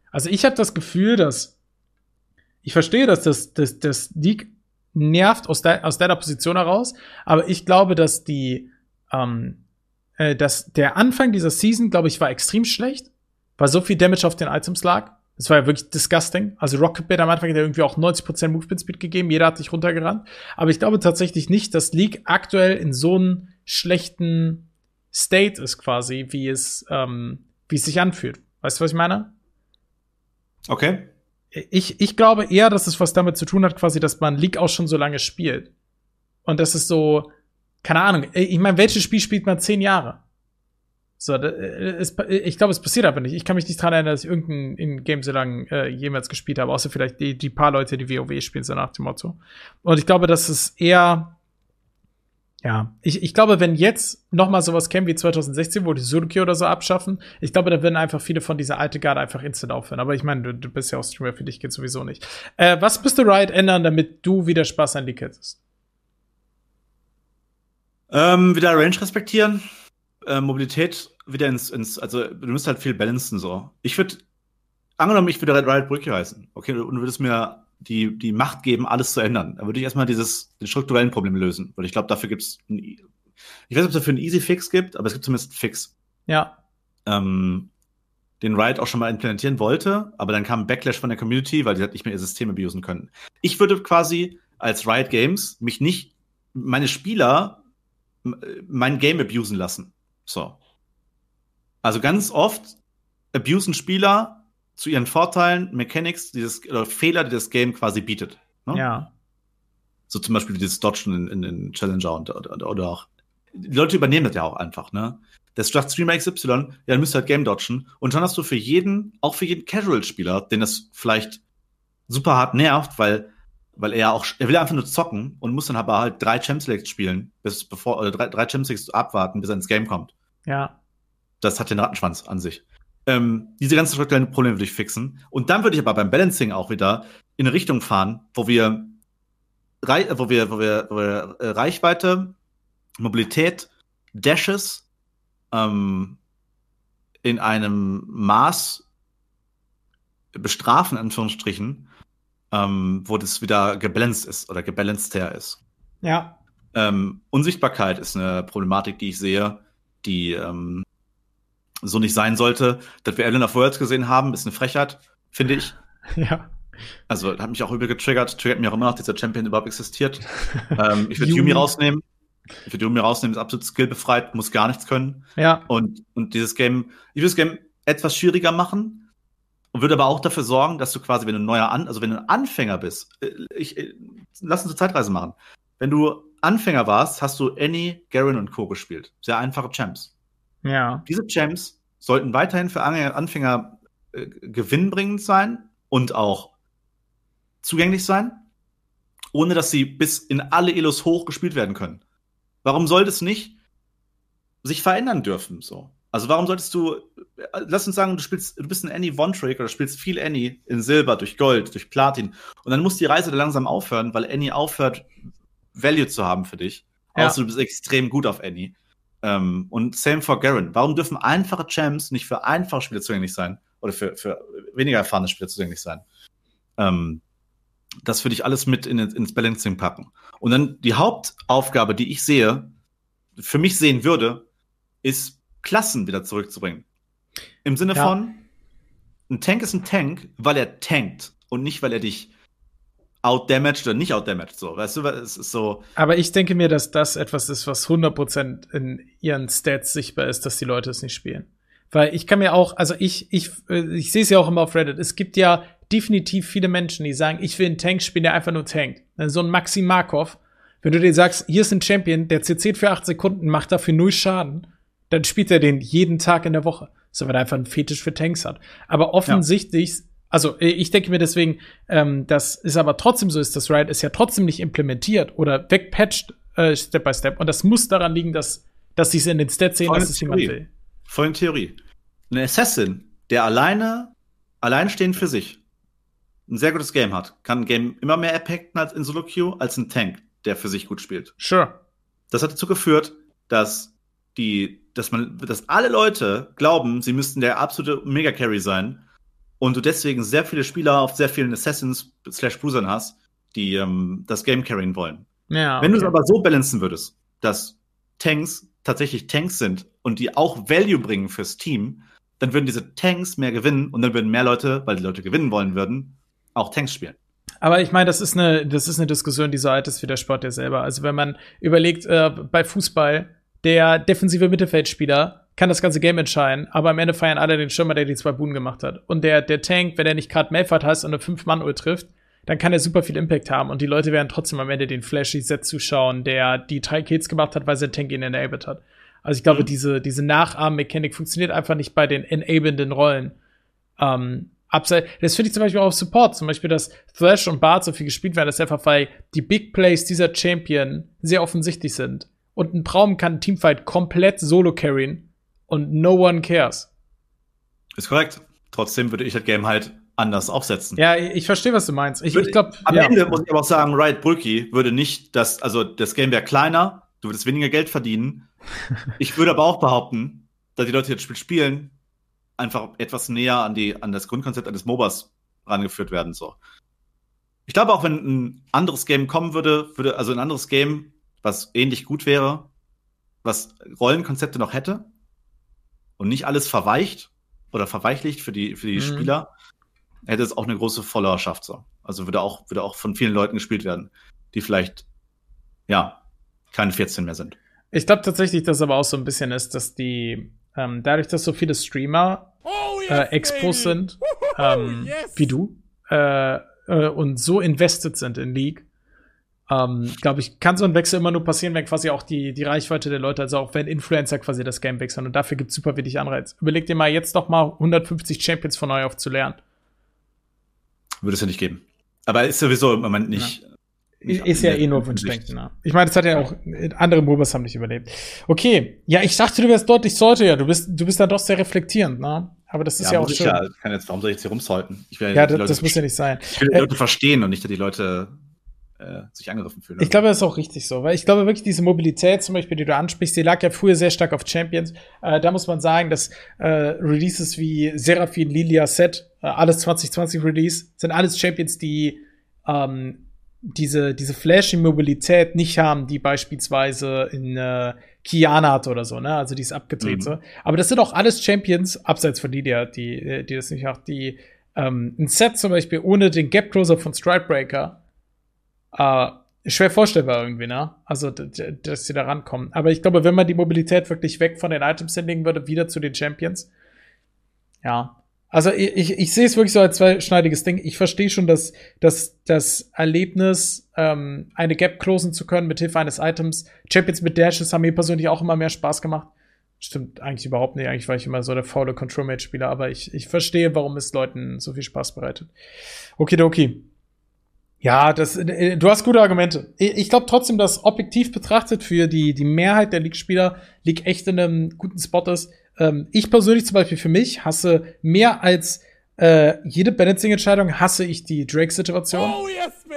Speaker 1: also ich habe das Gefühl, dass ich verstehe, dass das, das, das League nervt aus, de aus deiner Position heraus, aber ich glaube, dass die, ähm, äh, dass der Anfang dieser Season, glaube ich, war extrem schlecht weil so viel Damage auf den Items lag. Das war ja wirklich disgusting. Also Rocket Bait am Anfang hat ja irgendwie auch 90% Movement Speed gegeben. Jeder hat sich runtergerannt. Aber ich glaube tatsächlich nicht, dass League aktuell in so einem schlechten State ist quasi, wie es, ähm, wie es sich anfühlt. Weißt du, was ich meine?
Speaker 2: Okay.
Speaker 1: Ich, ich glaube eher, dass es was damit zu tun hat, quasi, dass man League auch schon so lange spielt. Und das ist so, keine Ahnung. äh, Ich meine, welches Spiel spielt man zehn Jahre? So, ist, ich glaube, es passiert aber nicht. Ich kann mich nicht daran erinnern, dass ich irgendein Game so lange äh, jemals gespielt habe, außer vielleicht die, die, paar Leute, die WoW spielen, so nach dem Motto. Und ich glaube, dass es eher, ja, ich, ich glaube, wenn jetzt noch mal sowas käme wie 2016, wo die Sudoku oder so abschaffen, ich glaube, da würden einfach viele von dieser alten Garde einfach instant aufhören. Aber ich meine, du, du, bist ja auch Streamer, für dich geht sowieso nicht. Äh, was müsste Riot ändern, damit du wieder Spaß an die Kids hast?
Speaker 2: Ähm, wieder Range respektieren. Äh, Mobilität wieder ins, ins, also du müsst halt viel balancen so. Ich würde, angenommen, ich würde Red Riot Brücke heißen, okay, und würdest mir die, die Macht geben, alles zu ändern. Dann würde ich erstmal dieses, den strukturellen Problem lösen. Weil ich glaube, dafür gibt es, ich weiß nicht, ob es dafür einen Easy Fix gibt, aber es gibt zumindest einen Fix.
Speaker 1: Ja.
Speaker 2: Ähm, den Riot auch schon mal implementieren wollte, aber dann kam ein Backlash von der Community, weil die halt nicht mehr ihr System abusen können. Ich würde quasi als Riot Games mich nicht, meine Spieler mein Game abusen lassen. So. Also ganz oft abusen Spieler zu ihren Vorteilen Mechanics, dieses, oder Fehler, die das Game quasi bietet. Ne?
Speaker 1: Ja.
Speaker 2: So zum Beispiel dieses Dodgen in, in, Challenger und, oder, oder, auch. Die Leute übernehmen das ja auch einfach, ne? Das sagt Streamer XY, ja, dann müsst ihr halt Game dodgen. Und schon hast du für jeden, auch für jeden Casual-Spieler, den das vielleicht super hart nervt, weil, weil er auch, er will einfach nur zocken und muss dann aber halt drei Champs League spielen, bis bevor, oder drei, drei Champs Leagues abwarten, bis er ins Game kommt.
Speaker 1: Ja.
Speaker 2: Das hat den Rattenschwanz an sich. Ähm, diese ganzen strukturellen Probleme würde ich fixen. Und dann würde ich aber beim Balancing auch wieder in eine Richtung fahren, wo wir, wo wir, wo wir, wo wir äh, Reichweite, Mobilität, Dashes ähm, in einem Maß bestrafen, in Anführungsstrichen, ähm, wo das wieder gebalanced ist oder gebalanced her ist.
Speaker 1: Ja.
Speaker 2: Ähm, Unsichtbarkeit ist eine Problematik, die ich sehe die ähm, so nicht sein sollte. Dass wir Ellen of Worlds gesehen haben, ist eine Frechheit, finde ich.
Speaker 1: Ja.
Speaker 2: Also hat mich auch übel getriggert. Triggert mich auch immer noch, dass der Champion überhaupt existiert. ähm, ich würde Yumi rausnehmen. Ich würde Yumi rausnehmen, ist absolut skillbefreit, muss gar nichts können.
Speaker 1: Ja.
Speaker 2: Und, und dieses Game, ich würde das Game etwas schwieriger machen. Und würde aber auch dafür sorgen, dass du quasi, wenn du ein neuer An also wenn du ein Anfänger bist, äh, ich, ich, lass uns eine Zeitreise machen. Wenn du Anfänger warst, hast du Annie, Garen und Co. gespielt. Sehr einfache Champs.
Speaker 1: Ja.
Speaker 2: Diese Champs sollten weiterhin für Anfänger äh, gewinnbringend sein und auch zugänglich sein, ohne dass sie bis in alle Elos hoch gespielt werden können. Warum sollte es nicht sich verändern dürfen so? Also warum solltest du, lass uns sagen, du spielst, du bist ein Annie One Trick oder spielst viel Annie in Silber, durch Gold, durch Platin und dann muss die Reise langsam aufhören, weil Annie aufhört, Value zu haben für dich. Ja. Außer du bist extrem gut auf Annie. Ähm, und same for Garen. Warum dürfen einfache Champs nicht für einfache Spieler zugänglich sein? Oder für, für weniger erfahrene Spieler zugänglich sein? Ähm, das würde ich alles mit in, ins Balancing packen. Und dann die Hauptaufgabe, die ich sehe, für mich sehen würde, ist Klassen wieder zurückzubringen. Im Sinne ja. von, ein Tank ist ein Tank, weil er tankt und nicht, weil er dich outdamaged oder nicht outdamaged, so, weißt du, es ist so.
Speaker 1: Aber ich denke mir, dass das etwas ist, was 100% in ihren Stats sichtbar ist, dass die Leute es nicht spielen. Weil ich kann mir auch, also ich, ich, äh, ich sehe es ja auch immer auf Reddit, es gibt ja definitiv viele Menschen, die sagen, ich will einen Tank spielen, der einfach nur tankt. So ein Maxi Markov. Wenn du dir sagst, hier ist ein Champion, der CC für 8 Sekunden, macht dafür null Schaden, dann spielt er den jeden Tag in der Woche. So, weil er einfach einen Fetisch für Tanks hat. Aber offensichtlich, also äh, ich denke mir deswegen, ähm, dass es aber trotzdem so ist, das Riot ist ja trotzdem nicht implementiert oder wegpatcht äh, Step by Step. Und das muss daran liegen, dass, dass sie es in den Stats sehen,
Speaker 2: Voll
Speaker 1: dass es jemand
Speaker 2: Theorie.
Speaker 1: will.
Speaker 2: Folgende Theorie. Ein Assassin, der alleine, alleinstehend für sich, ein sehr gutes Game hat, kann ein Game immer mehr impacten als in Solo Queue, als ein Tank, der für sich gut spielt.
Speaker 1: Sure.
Speaker 2: Das hat dazu geführt, dass die, dass man, dass alle Leute glauben, sie müssten der absolute Mega-Carry sein und du deswegen sehr viele Spieler auf sehr vielen Assassins slash Bruisern hast, die ähm, das Game carryen wollen.
Speaker 1: Ja.
Speaker 2: Wenn du es
Speaker 1: Ah, okay.
Speaker 2: aber so balancen würdest, dass Tanks tatsächlich Tanks sind und die auch Value bringen fürs Team, dann würden diese Tanks mehr gewinnen und dann würden mehr Leute, weil die Leute gewinnen wollen würden, auch Tanks spielen.
Speaker 1: Aber ich meine, das ist eine, das ist eine Diskussion, die so alt ist wie der Sport ja selber. Also wenn man überlegt, äh, bei Fußball, der defensive Mittelfeldspieler kann das ganze Game entscheiden, aber am Ende feiern alle den Stürmer, der die zwei Buben gemacht hat. Und der, der Tank, wenn er nicht gerade Melfort heißt und eine Fünf-Mann-Uhr trifft, dann kann er super viel Impact haben und die Leute werden trotzdem am Ende den flashy Set zuschauen, der die drei Kills gemacht hat, weil sein Tank ihn enabled hat. Also ich glaube,
Speaker 2: Mhm.
Speaker 1: diese, diese Nachahmen-Mechanik funktioniert einfach nicht bei den enablenden Rollen. Ähm, abseits, das finde ich zum Beispiel auch auf Support, zum Beispiel, dass Thresh und Bart so viel gespielt werden, das ist einfach, weil die Big Plays dieser Champion sehr offensichtlich sind. Und ein Traum kann ein Teamfight komplett solo carryen und no one cares.
Speaker 2: Ist korrekt. Trotzdem würde ich das Game halt anders aufsetzen.
Speaker 1: Ja, ich, ich verstehe, was du meinst. Ich, ich glaube,
Speaker 2: Am
Speaker 1: ja.
Speaker 2: Ende muss ich aber auch sagen, Riot Brücki würde nicht, das, also das Game wäre kleiner, du würdest weniger Geld verdienen. ich würde aber auch behaupten, dass die Leute, die das Spiel spielen, einfach etwas näher an, die, an das Grundkonzept eines MOBAs rangeführt werden. So. Ich glaube auch, wenn ein anderes Game kommen würde, würde, also ein anderes Game, was ähnlich gut wäre, was Rollenkonzepte noch hätte und nicht alles verweicht oder verweichlicht für die, für die
Speaker 1: Mhm.
Speaker 2: Spieler, hätte es auch eine große Followerschaft so. Also würde auch, würde auch von vielen Leuten gespielt werden, die vielleicht, ja, keine 14 mehr sind.
Speaker 1: Ich glaube tatsächlich, dass aber auch so ein bisschen ist, dass die, ähm, dadurch, dass so viele Streamer äh, Expos sind, ähm, wie du, äh, äh, und so invested sind in League, ähm, glaube ich, kann so ein Wechsel immer nur passieren, wenn quasi auch die, die Reichweite der Leute, also auch wenn Influencer quasi das Game wechseln und dafür gibt es super wenig Anreiz. Überleg dir mal jetzt doch mal 150 Champions von neu auf zu lernen.
Speaker 2: Würde es ja nicht geben. Aber ist sowieso im Moment nicht. nicht
Speaker 1: Ist ja
Speaker 2: in
Speaker 1: eh
Speaker 2: der
Speaker 1: nur
Speaker 2: Hinsicht.
Speaker 1: Wunschdenken. ne? Ich meine, das hat ja auch andere Mobas haben nicht überlebt. Okay, ja, ich dachte, du wärst deutlich sollte ja. Du bist, du bist dann doch sehr reflektierend, ne? Aber das ist ja,
Speaker 2: Ja,
Speaker 1: auch
Speaker 2: muss ich
Speaker 1: schön.
Speaker 2: ja,
Speaker 1: Ja,
Speaker 2: ich kann jetzt, warum soll ich jetzt hier rumzäuten? Ich will die
Speaker 1: das,
Speaker 2: Leute,
Speaker 1: das muss ja nicht sein.
Speaker 2: ich will die Leute verstehen und nicht, dass die Leute äh, sich angegriffen fühlen.
Speaker 1: Ich glaube, das ist auch richtig so, weil ich glaube wirklich, diese Mobilität zum Beispiel, die du ansprichst, die lag ja früher sehr stark auf Champions. Äh, da muss man sagen, dass äh, Releases wie Seraphine, Lilia, Set, äh, alles 2020 Release, sind alles Champions, die ähm, diese, diese flashy Mobilität nicht haben, die beispielsweise in äh, Kiana hat oder so, ne? Also die ist abgedreht.
Speaker 2: Mhm.
Speaker 1: So. Aber das sind auch alles Champions, abseits von Lilia, die, äh, die das nicht hat, die ähm, ein Set zum Beispiel ohne den Gap Closer von Strikebreaker äh, schwer vorstellbar irgendwie, ne? Also, d- d- dass sie da rankommen. Aber ich glaube, wenn man die Mobilität wirklich weg von den Items hinlegen würde, wieder zu den Champions. Ja. Also, ich, ich, ich sehe es wirklich so als zweischneidiges Ding. Ich verstehe schon, dass, dass das Erlebnis, ähm, eine Gap closen zu können mit Hilfe eines Items. Champions mit Dashes haben mir persönlich auch immer mehr Spaß gemacht. Stimmt eigentlich überhaupt nicht. Eigentlich war ich immer so der faule Control-Mate-Spieler, aber ich, ich verstehe, warum es Leuten so viel Spaß bereitet. Okay, okay. Ja, das, äh, du hast gute Argumente. Ich, ich glaube trotzdem, dass objektiv betrachtet für die, die Mehrheit der League-Spieler League echt in einem guten Spot ist. Ähm, ich persönlich zum Beispiel für mich hasse mehr als äh, jede Balancing-Entscheidung hasse ich die Drake-Situation.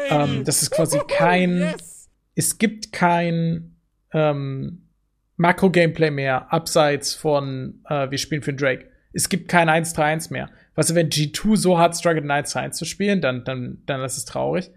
Speaker 1: Ähm, das ist quasi kein, es gibt kein ähm, Makro-Gameplay mehr, abseits von äh, wir spielen für den Drake. Es gibt kein 1-3-1 mehr. Weißt du, wenn G2 so hart struggelt, 1-3-1 zu spielen, dann, dann, dann ist es traurig.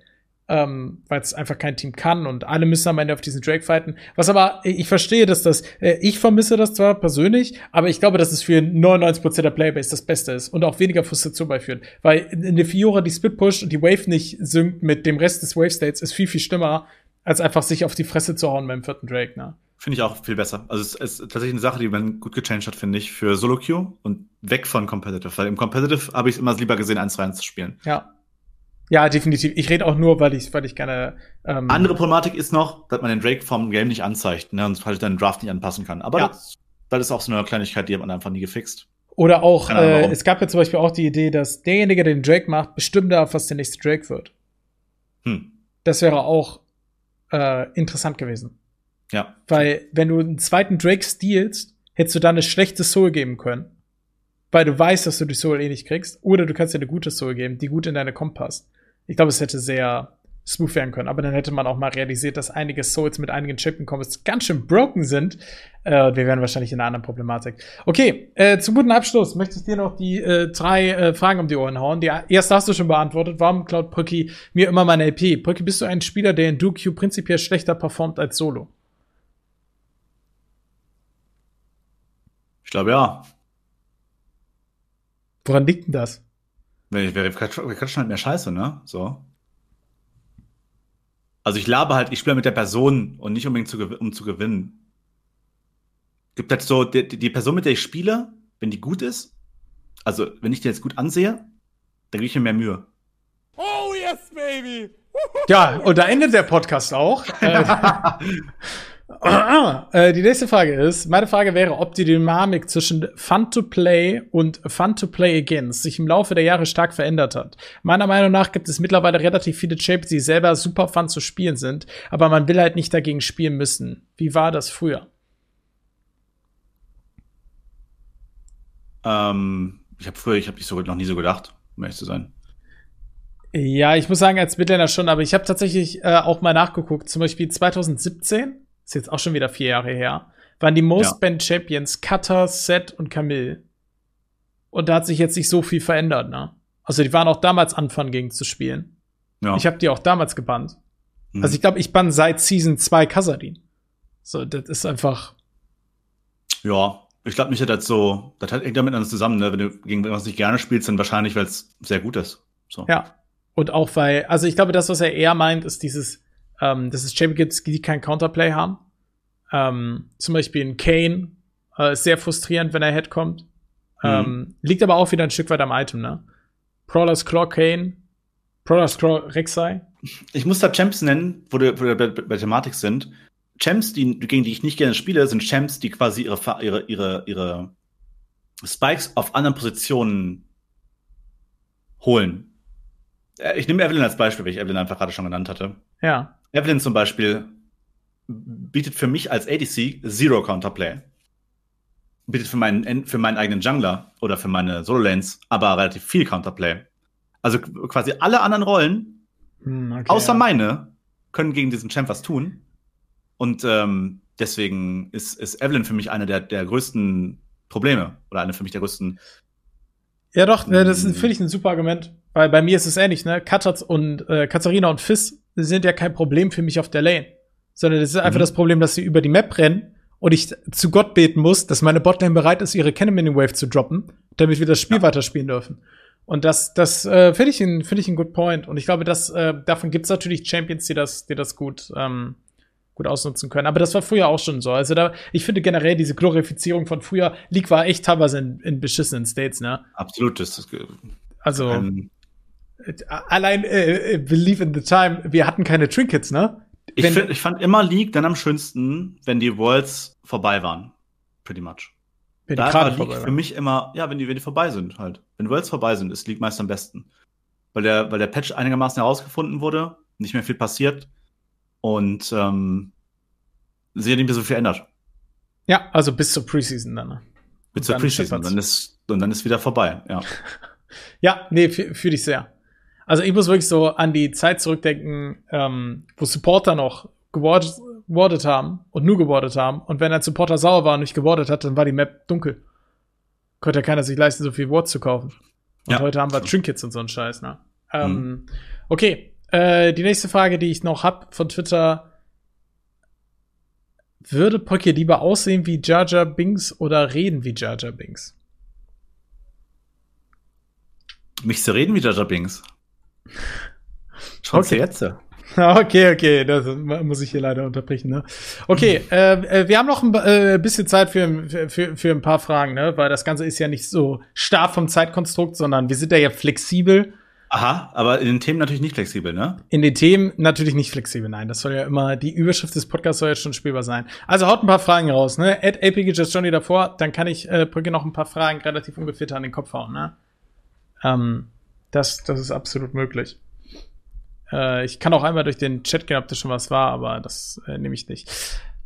Speaker 1: Ähm, weil es einfach kein Team kann und alle müssen am Ende auf diesen Drake fighten. Was aber, ich verstehe, dass das, äh, ich vermisse das zwar persönlich, aber ich glaube, dass es für 99% der Playbase das Beste ist und auch weniger Frustration beiführt. Weil eine Fiora, die Split pusht und die Wave nicht synkt mit dem Rest des Wave States, ist viel, viel schlimmer, als einfach sich auf die Fresse zu hauen beim vierten Drake, ne?
Speaker 2: Finde ich auch viel besser. Also es ist tatsächlich eine Sache, die man gut gechanged hat, finde ich, für Solo Queue und weg von Competitive. Weil im Competitive habe ich es immer lieber gesehen, eins rein zu spielen.
Speaker 1: Ja. Ja, definitiv. Ich rede auch nur, weil ich, weil ich gerne. Ähm,
Speaker 2: Andere Problematik ist noch, dass man den Drake vom Game nicht anzeigt, ne? Und halt deinen Draft nicht anpassen kann. Aber
Speaker 1: Ja.
Speaker 2: das, das ist auch so eine Kleinigkeit, die hat man einfach nie gefixt.
Speaker 1: Oder auch,
Speaker 2: Keine Ahnung,
Speaker 1: äh,
Speaker 2: warum.
Speaker 1: es gab ja zum Beispiel auch die Idee, dass derjenige, der den Drake macht, bestimmt darf, was der nächste Drake wird.
Speaker 2: Hm.
Speaker 1: Das wäre auch äh, interessant gewesen.
Speaker 2: Ja.
Speaker 1: Weil, wenn du einen zweiten Drake stealst, hättest du dann eine schlechte Soul geben können. Weil du weißt, dass du die Soul eh nicht kriegst. Oder du kannst dir eine gute Soul geben, die gut in deine Comp passt. Ich glaube, es hätte sehr smooth werden können. Aber dann hätte man auch mal realisiert, dass einige Souls mit einigen Chippen-Combos ganz schön broken sind. Äh, wir wären wahrscheinlich in einer anderen Problematik. Okay, äh, zum guten Abschluss möchte ich dir noch die äh, drei äh, Fragen um die Ohren hauen. Die erste hast du schon beantwortet. Warum klaut Brücki mir immer meine LP? Brücki, bist du ein Spieler, der in Duke prinzipiell schlechter performt als Solo?
Speaker 2: Ich glaube ja.
Speaker 1: Woran liegt denn das?
Speaker 2: Wir, wir, wir quatschen wir quatschen halt mehr Scheiße, ne? So. Also ich labe halt, ich spiele mit der Person und nicht unbedingt zu, gew- um zu gewinnen. Gibt halt so, die, die die Person, mit der ich spiele, wenn die gut ist, also wenn ich die jetzt gut ansehe, dann gebe ich mir mehr Mühe.
Speaker 3: Oh yes, baby!
Speaker 1: Ja, und da endet der Podcast auch. Äh, äh, die nächste Frage ist, meine Frage wäre, ob die Dynamik zwischen Fun to Play und Fun to Play Against sich im Laufe der Jahre stark verändert hat. Meiner Meinung nach gibt es mittlerweile relativ viele Chips, die selber super fun zu spielen sind, aber man will halt nicht dagegen spielen müssen. Wie war das früher?
Speaker 2: Ähm, ich habe früher, ich habe dich so noch nie so gedacht, um ehrlich zu sein.
Speaker 1: Ja, ich muss sagen, als Midländer schon, aber ich habe tatsächlich äh, auch mal nachgeguckt. Zum Beispiel 2017, ist jetzt auch schon wieder vier Jahre her, waren die Most
Speaker 2: Ja.
Speaker 1: Banned Champions Cutter, Set und Camille. Und da hat sich jetzt nicht so viel verändert, ne? Also die waren auch damals anfangen, gegen zu spielen.
Speaker 2: Ja.
Speaker 1: Ich habe die auch damals gebannt.
Speaker 2: Mhm.
Speaker 1: Also ich glaube, ich bann seit Season 2 Kasadin. So, das ist einfach.
Speaker 2: ja, ich glaube, mich hat das so, das hat hängt ja miteinander zusammen, ne? Wenn du gegen was nicht gerne spielst, dann wahrscheinlich, weil es sehr gut ist. So.
Speaker 1: Ja. Und auch weil, also ich glaube, das, was er eher meint, ist dieses, ähm, dass es Champions gibt, die kein Counterplay haben. Ähm, zum Beispiel ein Kane äh, ist sehr frustrierend, wenn er Head kommt. Ähm, liegt aber auch wieder ein Stück weit am Item, ne? Prowler's Claw Kane, Prowler's Claw Rek'Sai.
Speaker 2: Ich muss da Champs nennen, wo wir, wo wir bei, bei Thematik sind. Champs, die, gegen die ich nicht gerne spiele, sind Champs, die quasi ihre, Fa- ihre, ihre, ihre Spikes auf anderen Positionen holen. Äh, Ich nehme Evelyn als Beispiel, weil ich Evelyn einfach gerade schon genannt hatte.
Speaker 1: Ja.
Speaker 2: Evelyn zum Beispiel bietet für mich als ADC Zero Counterplay. Bietet für meinen, für meinen eigenen Jungler oder für meine Solo-Lanes aber relativ viel Counterplay. Also quasi alle anderen Rollen
Speaker 1: Hm, okay,
Speaker 2: Außer
Speaker 1: ja.
Speaker 2: meine können gegen diesen Champ was tun. Und ähm, deswegen ist, ist Evelyn für mich eine der, der größten Probleme. Oder eine für mich der größten.
Speaker 1: Ja, doch, äh, das
Speaker 2: Hm.
Speaker 1: ist- finde ich ein super Argument. Weil bei mir ist es ähnlich, ne? Katatz und äh, Katharina und Fizz sind ja kein Problem für mich auf der Lane. Sondern das ist einfach
Speaker 2: Mhm.
Speaker 1: das Problem, dass sie über die Map rennen und ich zu Gott beten muss, dass meine Botlane bereit ist, ihre Cannon Wave zu droppen, damit wir das Spiel weiterspielen dürfen. Und das, das äh, finde ich, ein- finde ich einen good point. Und ich glaube, dass äh, davon gibt es natürlich Champions, die das, die das gut, ähm, gut ausnutzen können. Aber das war früher auch schon so. Also da, ich finde generell diese Glorifizierung von früher, League war echt teilweise in, in beschissenen States, ne?
Speaker 2: Absolut. Das ist,
Speaker 1: Also
Speaker 2: ähm,
Speaker 1: äh, allein äh, äh, Believe in the Time, wir hatten keine Trinkets, ne?
Speaker 2: ich,
Speaker 1: wenn-
Speaker 2: find, ich fand immer League dann am schönsten, wenn die Worlds vorbei waren. Pretty much.
Speaker 1: Bin
Speaker 2: Da war
Speaker 1: gerade
Speaker 2: League
Speaker 1: vorbei.
Speaker 2: für mich immer, ja, wenn die, wenn die vorbei sind halt. Wenn Worlds vorbei sind, ist League meist am besten. Weil der, weil der Patch einigermaßen herausgefunden wurde, nicht mehr viel passiert und ähm, sie hat nicht mehr so viel ändert.
Speaker 1: Ja, also bis zur Preseason dann. ne?
Speaker 2: Mit
Speaker 1: Und
Speaker 2: zur
Speaker 1: dann
Speaker 2: Preseason.
Speaker 1: scheppert's.
Speaker 2: Dann ist, halt und dann ist wieder vorbei. Ja.
Speaker 1: Ja, nee, fü- fühl dich sehr. Also ich muss wirklich so an die Zeit zurückdenken, ähm, wo Supporter noch gewardet gewardet haben und nur gewardet haben. Und wenn ein Supporter sauer war und nicht gewardet hat, dann war die Map dunkel. Konnte ja keiner sich leisten, so viel Wards zu kaufen. Und
Speaker 2: Ja.
Speaker 1: heute haben wir Trinkets und so einen Scheiß, ne? Ähm, Okay, äh, die nächste Frage, die ich noch hab von Twitter. Würde Pocky lieber aussehen wie Jar Jar Binks oder reden wie Jar Jar Binks?
Speaker 2: Mich zu reden wieder, Jobbings. Schon
Speaker 1: Okay.
Speaker 2: okay. jetzt.
Speaker 1: Okay, okay, das muss ich hier leider unterbrechen. Ne? Okay, äh, äh, wir haben noch ein äh, bisschen Zeit für, für, für ein paar Fragen, ne? weil das Ganze ist ja nicht so starr vom Zeitkonstrukt, sondern wir sind ja, ja flexibel.
Speaker 2: Aha, aber in den Themen natürlich nicht flexibel, ne?
Speaker 1: In den Themen natürlich nicht flexibel, nein. Das soll ja immer, die Überschrift des Podcasts soll ja schon spielbar sein. Also haut ein paar Fragen raus, ne? Add APG Just Johnny davor, dann kann ich äh, Brücke noch ein paar Fragen relativ ungefiltert an den Kopf hauen, ne? Ähm, das, das ist absolut möglich. Äh, ich kann auch einmal durch den Chat gehen, ob das schon was war, aber das äh, nehme ich nicht.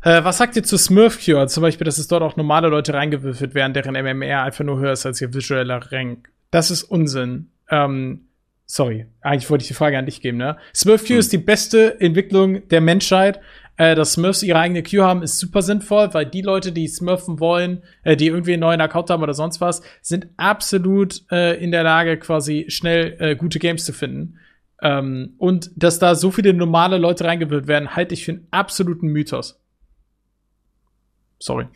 Speaker 1: Äh, was sagt ihr zu Smurf Cure? Zum Beispiel, dass es dort auch normale Leute reingewürfelt werden, deren MMR einfach nur höher ist als ihr visueller Rank. Das ist Unsinn. Ähm, sorry, eigentlich wollte ich die Frage an dich geben, ne? Smurf Q ist die beste Entwicklung der Menschheit. Äh, dass Smurfs ihre eigene Q haben, ist super sinnvoll, weil die Leute, die Smurfen wollen, äh, die irgendwie einen neuen Account haben oder sonst was, sind absolut äh, in der Lage, quasi schnell äh, gute Games zu finden. Ähm, und dass da so viele normale Leute reingewirkt werden, halte ich für einen absoluten Mythos. Sorry.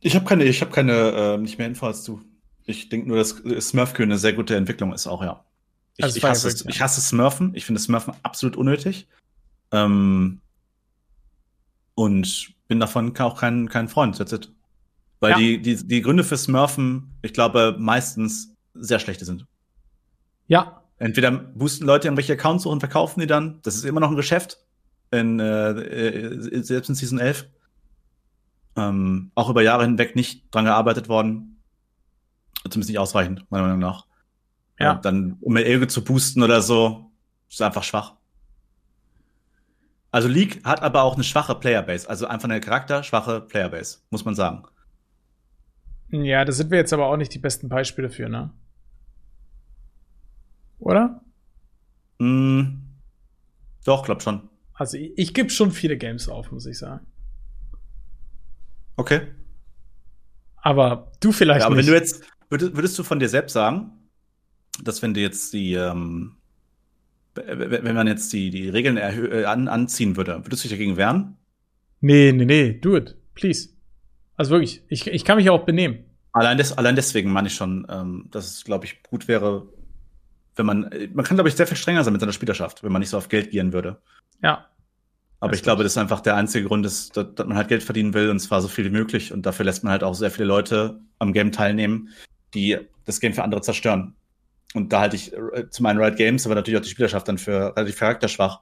Speaker 2: Ich habe keine, ich habe keine, äh, nicht mehr Infos zu. Ich denke nur, dass Smurf eine sehr gute Entwicklung ist, auch ja. Ich,
Speaker 1: Also es
Speaker 2: ich,
Speaker 1: war ja
Speaker 2: hasse,
Speaker 1: wirklich, ja.
Speaker 2: ich hasse Smurfen. Ich finde Smurfen absolut unnötig. Ähm, und bin davon auch kein, kein Freund. That's it. Weil
Speaker 1: Ja.
Speaker 2: die, die, die Gründe für Smurfen, ich glaube, meistens sehr schlechte sind.
Speaker 1: Ja,
Speaker 2: Entweder boosten Leute irgendwelche Accounts hoch und verkaufen die dann. Das ist immer noch ein Geschäft. In, äh, äh, selbst in Season 11. Ähm, auch über Jahre hinweg nicht dran gearbeitet worden. Zumindest nicht ausreichend, meiner Meinung nach.
Speaker 1: Ja.
Speaker 2: Äh, dann, um mit Elge zu boosten oder so, ist einfach schwach. Also League hat aber auch eine schwache Playerbase. Also einfach eine charakterschwache Playerbase, muss man sagen.
Speaker 1: Ja, da sind wir jetzt aber auch nicht die besten Beispiele für, ne? Oder?
Speaker 2: Hm, doch, glaub schon.
Speaker 1: Also ich, ich gebe schon viele Games auf, muss ich sagen.
Speaker 2: Okay.
Speaker 1: Aber du vielleicht
Speaker 2: Ja, aber
Speaker 1: nicht.
Speaker 2: wenn du jetzt, würdest, würdest du von dir selbst sagen, dass wenn du jetzt die, ähm, w- w- wenn man jetzt die, die Regeln erhö- äh, an, anziehen würde, würdest du dich dagegen wehren?
Speaker 1: nee, nee, nee, do it. Please. Also wirklich, ich, ich kann mich ja auch benehmen.
Speaker 2: Allein, des, allein deswegen meine ich schon, ähm, dass es, glaube ich, gut wäre, wenn man, äh, man kann, glaube ich, sehr viel strenger sein mit seiner Spielerschaft, wenn man nicht so auf Geld gieren würde.
Speaker 1: Ja.
Speaker 2: Aber
Speaker 1: Das
Speaker 2: ich glaube, das ist einfach der einzige Grund, dass, dass dass man halt Geld verdienen will und zwar so viel wie möglich. Und dafür lässt man halt auch sehr viele Leute am Game teilnehmen, die das Game für andere zerstören. Und da halte ich äh, zum einen Riot Games, aber natürlich auch die Spielerschaft dann für relativ charakterschwach,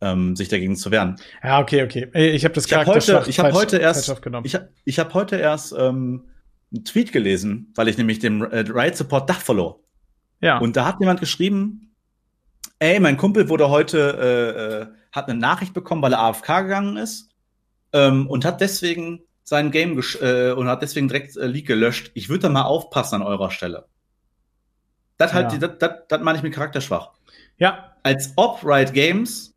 Speaker 2: ähm, sich dagegen zu wehren.
Speaker 1: Ja, okay, okay. Äh, Ich habe das
Speaker 2: Ich habe heute,
Speaker 1: Charakterschwach
Speaker 2: ich hab
Speaker 1: falsch-
Speaker 2: heute erst,
Speaker 1: falsch aufgenommen.
Speaker 2: ich, hab- ich habe heute erst ähm, einen Tweet gelesen, weil ich nämlich dem äh, Riot Support Dachfollow
Speaker 1: ja.
Speaker 2: und da hat jemand geschrieben, ey, mein Kumpel wurde heute, äh, äh, hat eine Nachricht bekommen, weil er AFK gegangen ist ähm, und hat deswegen sein Game gesch äh, und hat deswegen direkt äh, League gelöscht. Ich würde da mal aufpassen an eurer Stelle. Das halt,
Speaker 1: Ja.
Speaker 2: das, das, das meine ich mit charakterschwach.
Speaker 1: ja,
Speaker 2: Als ob Riot Games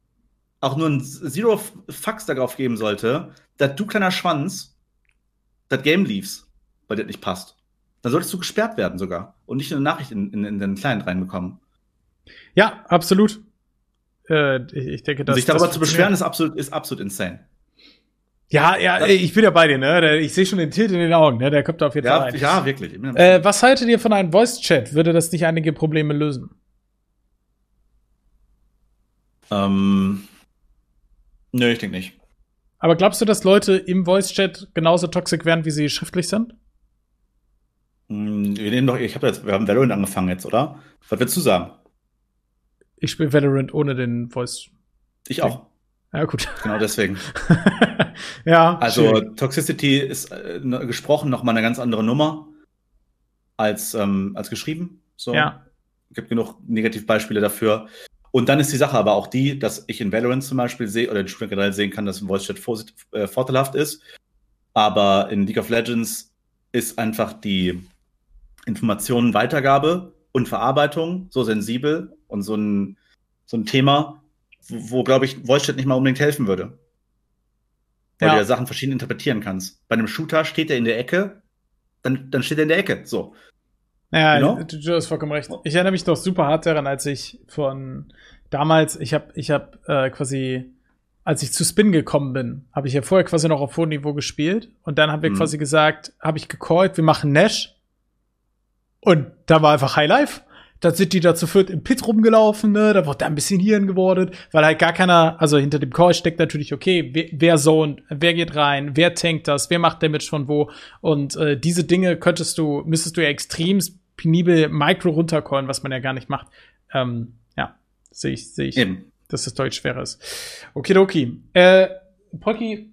Speaker 2: auch nur ein Zero Fax darauf geben sollte, dass du kleiner Schwanz das Game liefst, weil dir nicht passt. Dann solltest du gesperrt werden sogar und nicht eine Nachricht in, in, in den Client reinbekommen.
Speaker 1: ja, absolut. Äh, ich, ich denke, das
Speaker 2: sich darüber
Speaker 1: das funktioniert.
Speaker 2: zu beschweren ist absolut, ist absolut insane.
Speaker 1: Ja, ja, ich bin ja bei dir, ne? Ich sehe schon den Tilt in den Augen, ne? Der kommt da auf jeden Fall
Speaker 2: Ja,
Speaker 1: rein.
Speaker 2: ja, wirklich. Ich bin-
Speaker 1: Äh, was haltet ihr von einem Voice-Chat? Würde das nicht einige Probleme lösen?
Speaker 2: Ähm, nö, ich denke nicht.
Speaker 1: Aber glaubst du, dass Leute im Voice-Chat genauso toxisch werden, wie sie schriftlich sind?
Speaker 2: Hm, Wir nehmen doch, ich habe jetzt, wir haben Valorant angefangen jetzt, oder? Was willst du sagen?
Speaker 1: Ich spiele Valorant ohne den Voice.
Speaker 2: Ich auch.
Speaker 1: Ja, gut.
Speaker 2: Genau deswegen.
Speaker 1: ja.
Speaker 2: Also
Speaker 1: schwierig.
Speaker 2: Toxicity ist äh, ne- gesprochen nochmal eine ganz andere Nummer als, ähm, als geschrieben. So.
Speaker 1: Ja.
Speaker 2: gibt genug Negativbeispiele dafür. Und dann ist die Sache aber auch die, dass ich in Valorant zum Beispiel sehe oder in Shooter generell sehen kann, dass ein Voice Chat vor- äh, vorteilhaft ist. Aber in League of Legends ist einfach die Informationenweitergabe und Verarbeitung so sensibel und so ein, so ein Thema, wo, wo glaube ich, Voice Chat nicht mal unbedingt helfen würde. Weil
Speaker 1: Ja.
Speaker 2: du ja Sachen verschieden interpretieren kannst. Bei einem Shooter steht er in der Ecke, dann, dann steht er in der Ecke. So.
Speaker 1: Ja,
Speaker 2: Genau.
Speaker 1: du, du hast vollkommen recht. Ich erinnere mich noch super hart daran, als ich von damals, ich habe ich hab, äh, quasi, als ich zu Spin gekommen bin, habe ich ja vorher quasi noch auf hohem Niveau gespielt und dann haben wir
Speaker 2: Mhm.
Speaker 1: quasi gesagt, habe ich gecallt, wir machen Nash und da war einfach High Life. Da sind die da zu viert im Pit rumgelaufen, ne? Da wurde da ein bisschen Hirn gewordet, weil halt gar keiner, also hinter dem Call steckt natürlich, okay, wer, wer zone, wer geht rein, wer tankt das, wer macht Damage von wo. Und äh, diese Dinge könntest du, müsstest du ja extrem penibel micro runtercallen, was man ja gar nicht macht. Ähm, ja, sehe ich, sehe ich,
Speaker 2: Eben.
Speaker 1: dass das deutlich schwerer ist. Okidoki. Äh, Pocky,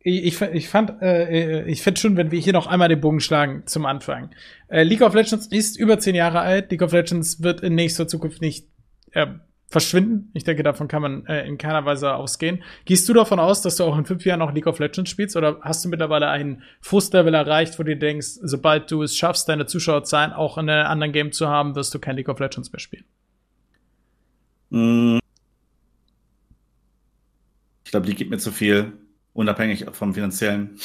Speaker 1: ich, ich, fa- ich fand, äh, ich fände schon, wenn wir hier noch einmal den Bogen schlagen zum Anfang. Äh, League of Legends ist über zehn Jahre alt. League of Legends wird in nächster Zukunft nicht äh, verschwinden. Ich denke, davon kann man äh, in keiner Weise ausgehen. Gehst du davon aus, dass du auch in fünf Jahren noch League of Legends spielst oder hast du mittlerweile einen Frustlevel erreicht, wo du dir denkst, sobald du es schaffst, deine Zuschauerzahlen auch in einem anderen Game zu haben, wirst du kein League of Legends mehr spielen?
Speaker 2: Mm. Ich glaube, die gibt mir zu viel, unabhängig vom finanziellen.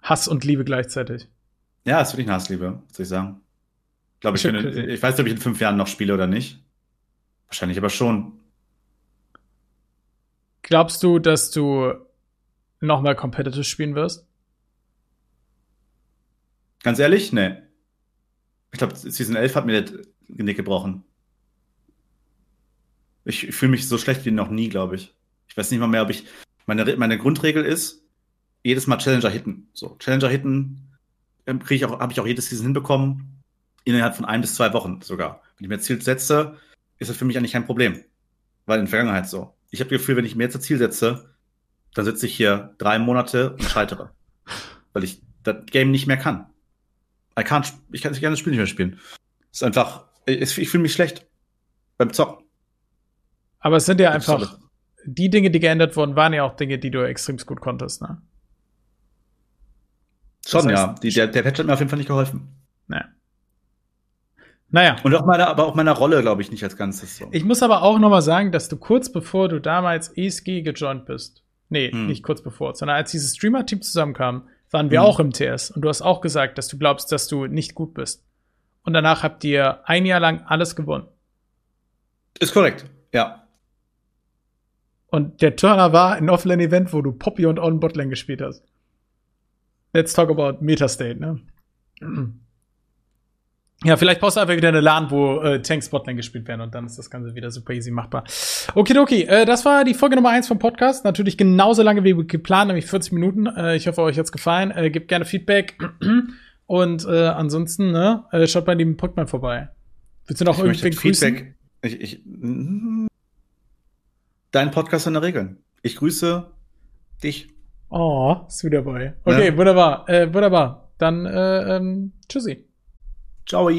Speaker 1: Hass und Liebe gleichzeitig.
Speaker 2: Ja, ist wirklich eine Hassliebe, muss ich sagen. Ich glaube, ich,
Speaker 1: Schön
Speaker 2: bin-
Speaker 1: crazy.
Speaker 2: ich weiß nicht, ob ich in fünf Jahren noch spiele oder nicht. Wahrscheinlich aber schon.
Speaker 1: Glaubst du, dass du nochmal competitive spielen wirst?
Speaker 2: Ganz ehrlich, ne. Ich glaube, Season 11 hat mir das Genick gebrochen. Ich fühle mich so schlecht wie noch nie, glaube ich. Ich weiß nicht mal mehr, ob ich. Meine, Re- meine Grundregel ist, jedes Mal Challenger hitten. So, Challenger hitten kriege ich auch, habe ich auch jedes Season hinbekommen. Innerhalb von ein bis zwei Wochen sogar. Wenn ich mir Ziel setze, ist das für mich eigentlich kein Problem. War in der Vergangenheit so. Ich habe das Gefühl, wenn ich mir jetzt ein Ziel setze, dann sitze ich hier drei Monate und scheitere. weil ich das Game nicht mehr kann. I can't, sp- ich kann, ich kann das Spiel nicht mehr spielen. Es ist einfach, ich, ich fühle mich schlecht beim Zocken.
Speaker 1: Aber es sind ja
Speaker 2: Das ist
Speaker 1: einfach,
Speaker 2: alles.
Speaker 1: die Dinge, die geändert wurden, waren ja auch Dinge, die du extrem gut konntest, ne?
Speaker 2: Schon,
Speaker 1: das heißt-
Speaker 2: ja. Die, der, der Patch hat mir auf jeden Fall nicht geholfen.
Speaker 1: Naja. Naja.
Speaker 2: Und auch meiner, aber auch meiner Rolle, glaube ich, nicht als Ganzes. So.
Speaker 1: Ich muss aber auch nochmal sagen, dass du kurz bevor du damals ESG gejoint bist, nee,
Speaker 2: Hm.
Speaker 1: nicht kurz bevor, sondern als dieses Streamer-Team zusammenkam, waren wir
Speaker 2: Hm.
Speaker 1: auch im TS und du hast auch gesagt, dass du glaubst, dass du nicht gut bist. Und danach habt ihr ein Jahr lang alles gewonnen.
Speaker 2: ist korrekt. Ja.
Speaker 1: Und der Turner war ein Offline-Event, wo du Poppy und On Botlane gespielt hast. Let's talk about Metastate, ne? Ja, vielleicht brauchst du einfach wieder eine LAN, wo äh, Tanks Botlane gespielt werden und dann ist das Ganze wieder super easy machbar. Okidoki, äh, das war die Folge Nummer eins vom Podcast. Natürlich genauso lange wie geplant, nämlich 40 Minuten. Äh, ich hoffe, euch hat's gefallen. Äh, gebt gerne Feedback. Und äh, ansonsten, ne, äh, schaut bei dem Pokémon vorbei. Willst du noch
Speaker 2: Ich möchte
Speaker 1: irgendwen grüßen?
Speaker 2: Feedback. Ich, ich, mm, dein Podcast in der Regel. Ich grüße dich.
Speaker 1: Oh, ist wieder dabei. Okay,
Speaker 2: Ja.
Speaker 1: wunderbar, äh, wunderbar. Dann äh, ähm, tschüssi.
Speaker 2: Ciao.